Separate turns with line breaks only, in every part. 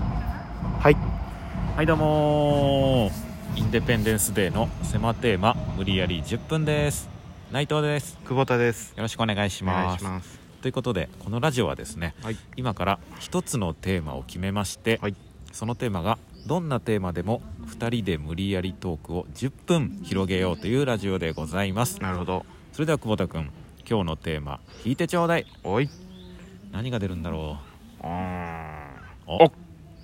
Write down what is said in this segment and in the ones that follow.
はい
はいどうもーインデペンデンスデーの狭テーマ無理やり10分です内藤です
久保田です
よろしくお願いし
お願
ま
いし
す
ます
ということでこのラジオはですね
はい
今から一つのテーマを決めまして、
はい
そのテーマがどんなテーマでも2人で無理やりトークを10分広げようというラジオでございます
なるほど
それでは久保田君今日のテーマ引いてちょうだい
おいう
何が出るんだろ
ーん
う
お
お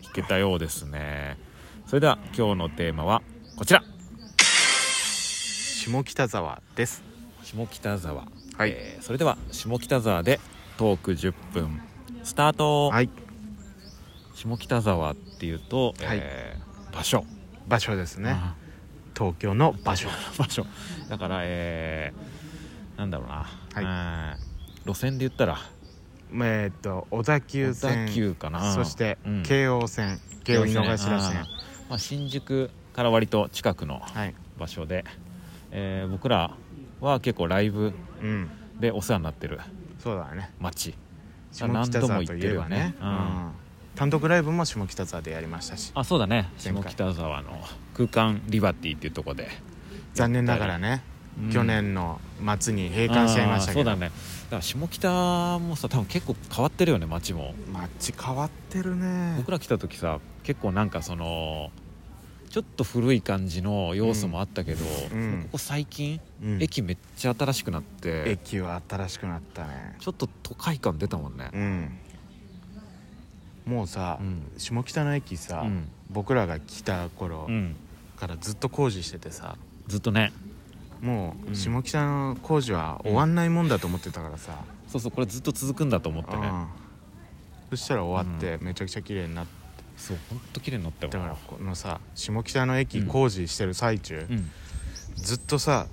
引けたようですねそれでは今日のテーマはこちら
下北沢です
下北沢、
はい
えーそれでは下北沢でトーク10分スタート、
はい
下北沢っていうと、えー場所
場所ですね
あ
東京の場所
ー場所だからえーなんだろうな、うん路線で言ったら
えーっと小田急
小
線
田急かな
そして、
うん
京王線京王井の頭
あー
線
まあ、新宿から割と近くの
はい
場所で、えー僕らは結構ライブ
うん
でお世話になってる
そうだね
街
下
何
北
度
沢
も
と
言っ
い
て
え
る
ば
よ
ね
ね、
う
うん
ん、単独ライブも下北沢でやりましたし
あそうだね
前
下
回
北沢の空間リバティっていうところで
残念ながらね、
うん
去年の末に閉館しちゃいましたけど
あーそうだねだから下北もさ多分結構変わってるよね街も
街変わってるね
僕ら来た時さ結構なんかそのちょっと古い感じの要素もあったけど、
うん
ここ最近、
うん
駅めっちゃ新しくなって
駅は新しくなったね
ちょっと都会感出たもんね
うんもうさ、
うん
下北の駅さ、
うん
僕らが来た頃
うん
からずっと工事しててさ
ずっとね
も
う
うん下北の工事は終わんないもんだと思ってたからさ、
そうそうこれずっと続くんだと思って
う
ね
んそしたら終わってめちゃくちゃ綺麗になって、
そうほんと綺麗になったよ
だからこのさ下北の駅
うん
工事してる最中、
うん
ずっとさ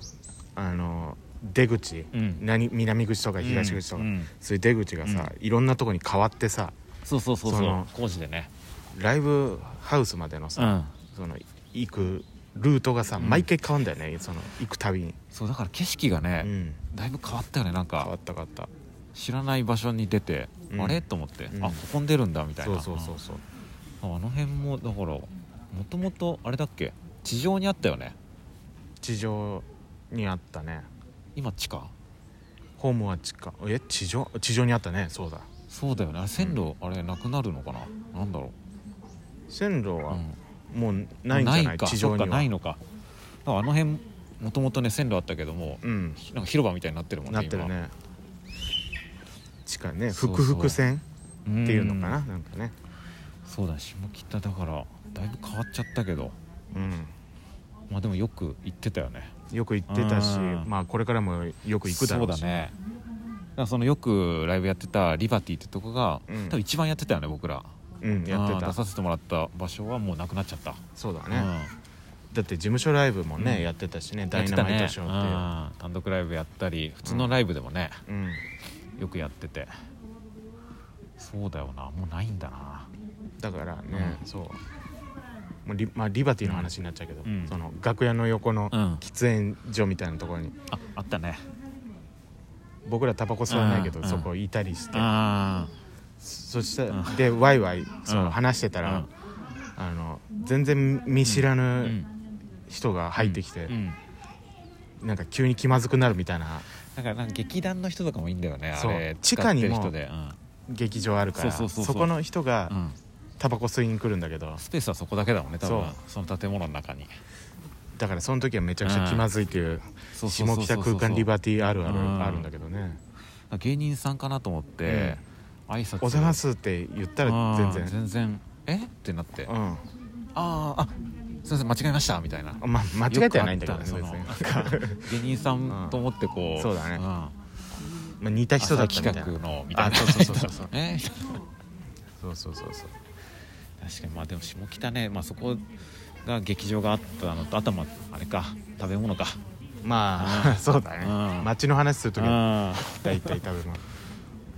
あの出口、
うん
何南口とか東口とか、
うんうん
そういう出口がさ、いろんなとこに変わってさ
そうそうそうそ
そうの
工事でね
ライブハウスまでの
う
さ、
ん
その行くルートがさ
ん
毎回変わんだよね、その行くたびに、
そうだから景色がね、
うん、
だいぶ変わったよねなん
変わ
か
った変わった
知らない場所に出て、
うん
あれと思って、
うん
あここに出るんだみたい
そう
な
そうそうそう
ああの辺もだからもともとあれだっけ地上にあったよね
地上にあったね
今地下
ホームは地下え地上地上にあったねそうだ
そうだよねあれ線路、あれなくなるのかななんだろ
線路
う、
は
うん
もうないんじゃない,、
か
地上に
そ
は
っかないのかだからあの辺もともとね線路あったけども
うん
ひなんか広場みたいになってるもんね
なってる
今
ね地下ね
そう
ふ
そう
くふく線
ん
っていうのかななんかね
そうだ下北だからだいぶ変わっちゃったけど
うん
まあでもよく行ってたよね
よく行ってたし
うん
まあこれからもよく行くだろうし
そうだねだからそのよくライブやってたリバティってとこが、
うん
多分一番やってたよね僕ら
うんやって
あー出
た
させてもらった場所はもうなくなっちゃった、
そうだ
うん
ねだって事務所ライブもね、
うん
やってたしね「
や
ダ
っ
イ
て
ナ
た
マイ
ね
トショー」っていう
うん単独ライブやったり普通のライブでもね、
うん
よくやっててそうだよなもうないんだな
だからね、
うん
そうもうリ,、まあ、リバティの話になっちゃうけど、
うん
その楽屋の横の
うん
喫煙所みたいなところに、
ああったね
僕らタバコ吸わないけど、
うん
そこいたりして、
あ
そして、
う
でワイワイそう
うん
話してたら、
うん
あの全然見知ら
あう
ぬ
ん
人が入ってきて、
うん
なんか急に気まずくなるみたいな
だからなんか劇団の人とかもいいんだよねあ
そう
れ
地下にも
使ってる人で、うん
劇場あるから
そうそうそうそう
この人が
うん
タバコ吸いに来るんだけど
スペースはそこだけだもんね多分その建物の中に
だからその時はめちゃくちゃ気まずいっていう
そうそうそ
下
うそう
北空間リバティあるある
うん
あるんだけどね
芸人さんかなと思って、挨
「
拶
おざます」って言ったら
あー
全然
全然えってなって、
う
あ
ん
ああすいません間違えましたみたいな
ま間違えてはないんだけどね
よくあ
別
った
に
そのなんか芸人さんと思ってこう、
うんそうだね
ん
まあ似た人だったみた
朝
いな
企画のみたいな
あそうそうそうそう
えみたいな
そうそうそうそう
確かにまあでも下北ね、まあ、そこが劇場があったのとあとはまああれか食べ物か
まあそうだ
う
ね
ん
街の話する時は
あー
大体食べ物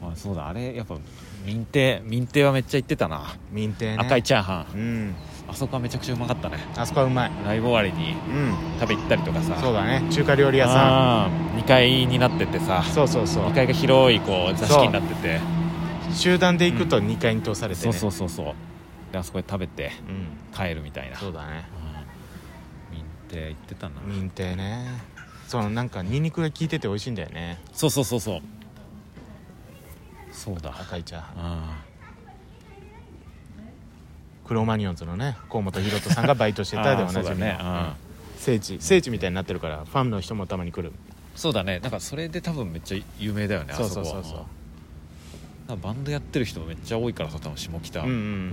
まあそうだあれやっぱ民亭民亭はめっちゃ行ってたな、
民亭ね
赤いチャーハ
う
ン
ん
あそこはめちゃくちゃうまかったね
あそこはうまい
ライブ終わりに
うん
食べ行ったりとかさ
そうだね中華料理屋さ
ん2階になっててさ
んそうそうそう
2階が広いこう座敷になってて
集団で行くと2階に通されて
そう
ね
そうそうそうであそこで食べて
うん
帰るみたいな
そうだね
うん民定行ってたな
認定ねそのなんかニンニクが効いてて美味しいんだよね
そうそうそうそうそうだ
赤い茶
あ
クロマニオンズのね河本大翔さんがバイトして
あ
たでお
ー
なじみの、
そうだね、
聖地聖地みたいになってるからファンの人もたまに来る
うん、そうだねなんかそれで多分めっちゃ有名だよねあ
そう
そ
そう
こ
そうそう
うんなんかバンドやってる人もめっちゃ多いからさ多分下北、
うんう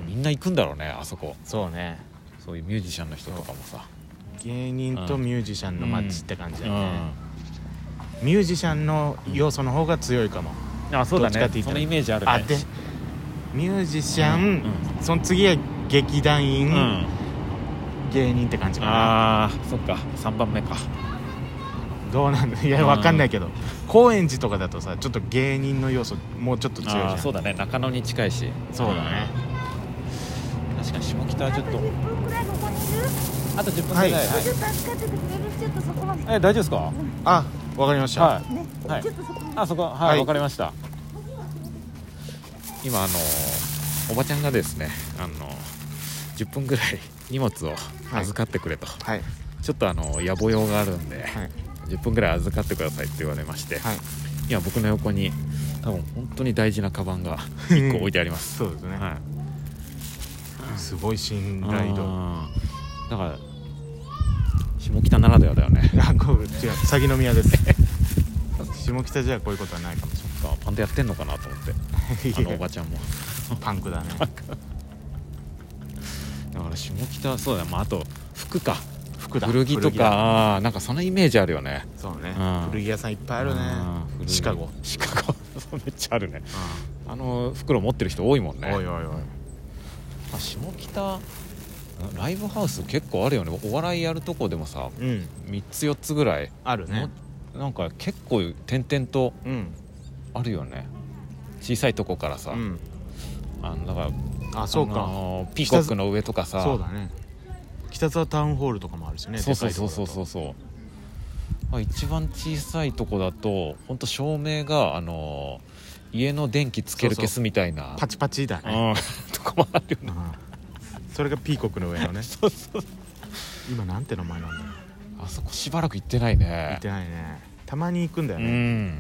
み
ん
んな行くんだろうねあそこ
そうね
そういうミュージシャンの人とかもさ
芸人とミュージシャンのマッチって感じだよね、
う
ミュージシャンの要素の方が強いかも、
んあそうだ
どっちかって言
ね
った
そ
ら
のイメージあるね
あでミュージシャン、
うん
その次は劇団員、
うん
芸人って感じかな
あーそっか3番目か
どうなんだいや
うん
わかんないけど、高円寺とかだとさちょっと芸人の要素もうちょっと強いじゃ
あ
ん
ーそうだね中野に近いし
そうだね、
うん確かに下北はちょっと
10分くらいここにいる
あと10分ぐ
は
ら
い
い、はい
ちょっと預かっててくれるちょっとそこまでね
え大丈夫ですか
あわかりました、
はいはい
ちょっとそこまで
あそこはい、
はい
わかりました今あのーおばちゃんがですねあのー10分ぐらい 荷物を
はい
預かってくれと、
はい
ちょっとあのー野暮用があるんで、
はい
10分ぐらい預かってくださいって言われまして、
はい
今僕の横に多分本当に大事なカバンが1個置いてあります
そうですね、
は
すごい信
い
頼度
あーだから下北ならではだよね
あこう違う詐欺の宮です 下北じゃこういうことはないかもし
なんかパンとやってんのかなと思ってあ
れな
の
い
おばちゃんも
パンク だね
だから下北そうだね、まあ、あと服か
服だ
古着
だ
とかあーなんかそのイメージあるよね
そうね
うん
古着屋さんいっぱいあるね
あー古着
シカゴ
シカゴ そうめっちゃあるねあの袋持ってる人多いもんね
おいおいおい
まあ下北ライブハウス結構あるよねお笑いやるとこでもさ
うん
3つ4つぐらい、
あるね
もなんか結構点々と
うん
あるよね小さいとこからさ、
うん
あのだから
あそう
あ
か
のーピコックの上とかさ
そうだね北沢タウンホールとかもあるしね
そうそうそうそ
でか
う
いとこ
そうそうあ一番小さいとこだと本当照明があのー家の電気つける消すみたいな
だとパチパチだね
うんとこもあるよ
う
ね
んそれがピーコックの上の ね
そうそう
今なんて名前なんだろう
あそこしばらく行ってない
行
ね
ってないねたまに行くんだよ
う
ね
ん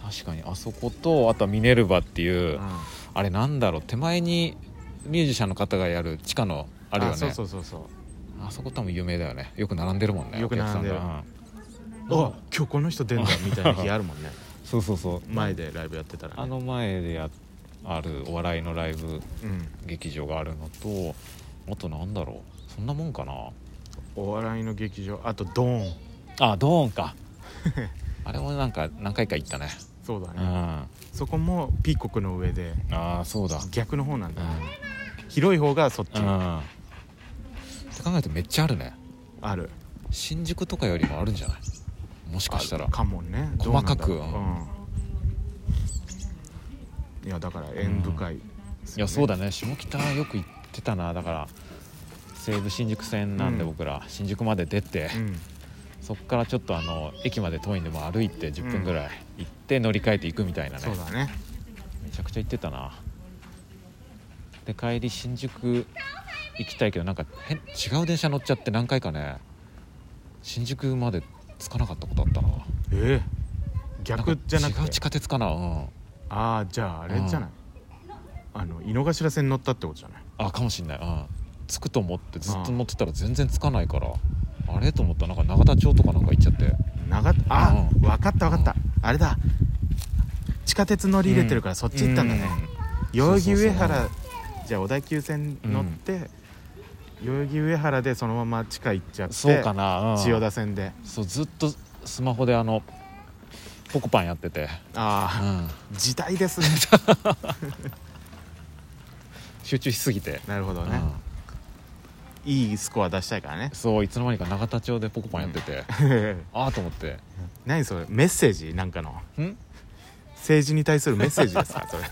確かにあそことあとはミネルヴァっていう、
うん
あれなんだろう手前にミュージシャンの方がやる地下のあるよねあ
そう
そ
そうそうそう
こ多分有名だよねよく並んでるもんね
よく並んでる
お客さがうん
あ今日この人出んだみたいな日あるもんね
そうそうそう
前でライブやってたらね
あの前でやあるお笑いのライ
う
ブ
ん
劇場があるのとあとなんだろうそんなもんかな
お笑いの劇場あとドーン
あドーンか あれもなんか何回か行ったね
そうだ
うん
ね
あ
そこもピーコックの上で
あそうだ
逆の方なん
う
だ
ん、
広い方がそっち
うん、って考えるとめっちゃあるね
ある
新宿とかよりもあるんじゃないもしかしたら
かもね
細かく
どうなんだろううんいやだから縁深いです
い
よ
や
ね
そうだね下北よく行ってたなだから西武新宿線なんで
うん
僕ら、新宿まで出て、
うん
そこからちょっとあの駅まで遠いんでもう歩いて10分ぐらい行って乗り換えていくみたいなね、
そうだね
めちゃくちゃ行ってたなで帰り新宿行きたいけどなんか変違う電車乗っちゃって何回かね新宿まで着かなかったことあったな
ええ逆じゃなく
んか違う
て
地下鉄かなうん
ああじゃああれじゃないあの井の頭線乗ったってことじゃない
あかもしんないうん着くと思ってずっと乗ってたら全然着かないからあれと思ったらなんか永田町とかなんか行っちゃって
長あ
うん
分かった分かったあれだ地下鉄乗り入れてるからそっち行ったんだね代々木上
そう
原じゃあ小田急線乗って代々木上原でそのまま地下行っちゃっ
うん
て
そうかな、うん、
千代田線で
そうずっとスマホであのポコパンやってて、う
ああ
ん、
時代です ね
集中しすぎて、
なるほど
う
ね
ん
いいスコア出したいからね
そういつの間にか永田町でポコパンやって て、ああと思って
何それメッセージなんかの
ん
政治に対するメッセージですか それ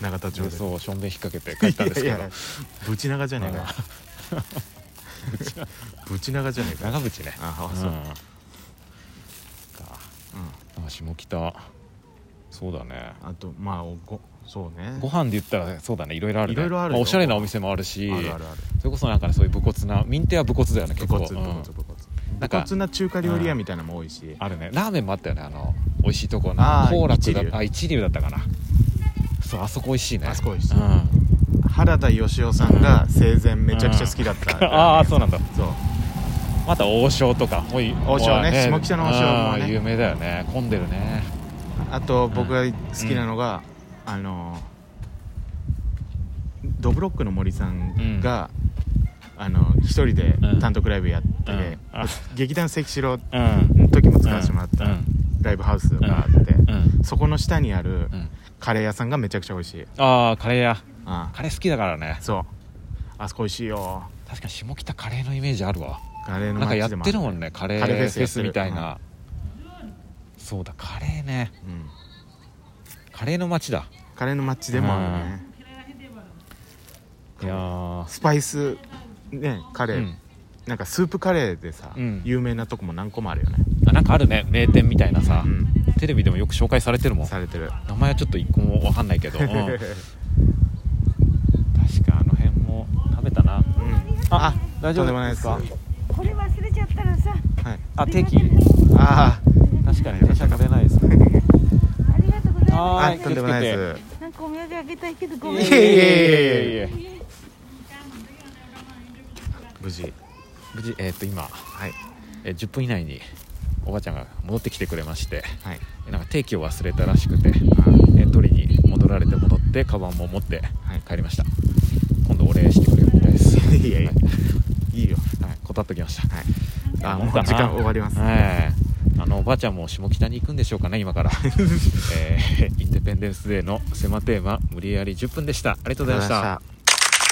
永田町
で
で
そうしょんべん引っ掛けて帰ったんですけど
いやいやぶち長じゃねえかよ ぶち長じゃねえかよ
長渕ね
ああ
うん
そう
かなんか下北そうだね
あとまあおごそうね
ご飯で言ったらそうだねいろいろあるね
いろいろあるよ
まおしゃれなお店もあるし
あるあるある
それこそなんかねそういう武骨な民邸は武骨だよね
武
結構
骨武骨武
うん
骨
なん
武
か
骨な中華料理屋みたいなのも多いし
あるねラーメンもあったよねあの美味しいとこ
あ
な
ー
幸楽だ
一流
あ一流だったかなそうあそこ美味しいね
あそこ美味しい
うん、あ
原田芳雄さんが生前めちゃくちゃ好きだった
あーそうなんだ
そう
また王将とかもうい
王将ね
も
下
う
北の王将もね
うん有名だよね混んでるね
あと僕が好きなのが、あのドブロックの森さんが、あの一人で
うん
単独ライブやって、
うんあ
劇団関四郎
うん
の時も使わせてもらった
うん
ライブハウスがあって、
うん
そこの下にある
うん
カレー屋さんがめちゃくちゃ美味しい、
ああカレー屋
あ
カレー好きだからね
そうあそこ美味しいよ
確かに下北カレーのイメージあるわ
カレーの
なんかや
街
っ
でもあ
てるもんねカレー
カ
フ
レーフェスや
ェ
ってる
スみたいなそうだカレーね
うん
カレーの街だ
カレーの街でもあるね、
いやー
スパイスねカレー、
うん
なんかスープカレーでさ、
うん
有名なとこも何個もあるよね、
あなんかあるね名店みたいなさ
うん、
テレビでもよく紹介されてるもん
されてる
名前はちょっと一個もわかんない けど、う ん確かあの辺も食べたなあ大丈
とんで
夫
もない
で
ですす
か
はい
これ忘れちゃったらさ
あ定期
あ
確かに電車が出ないですね
ありがとうございま
あ
は
あ
い
とんでもない
気
です
すなんかお土産あげたいけどご
い
めん
え
ね
いえいえいえいえ
無事
無事えっと今
はい
え10分以内におばちゃんが戻ってきてくれまして
はい
なんか定期を忘れたらしくて、
ん
えー取りに戻られて戻ってカバンも持って
はい
帰りました、今度お礼してくれるみたいですはい
いやいやいいよ
はい断っときました
はい
あ
あ
も
も
う
う
かな
時間終わります
はいあのおばあちゃんも下北に行くんでしょうかね今から えーインデペンデンスデーの狭テーマ無理やり10分でしたありがとうございました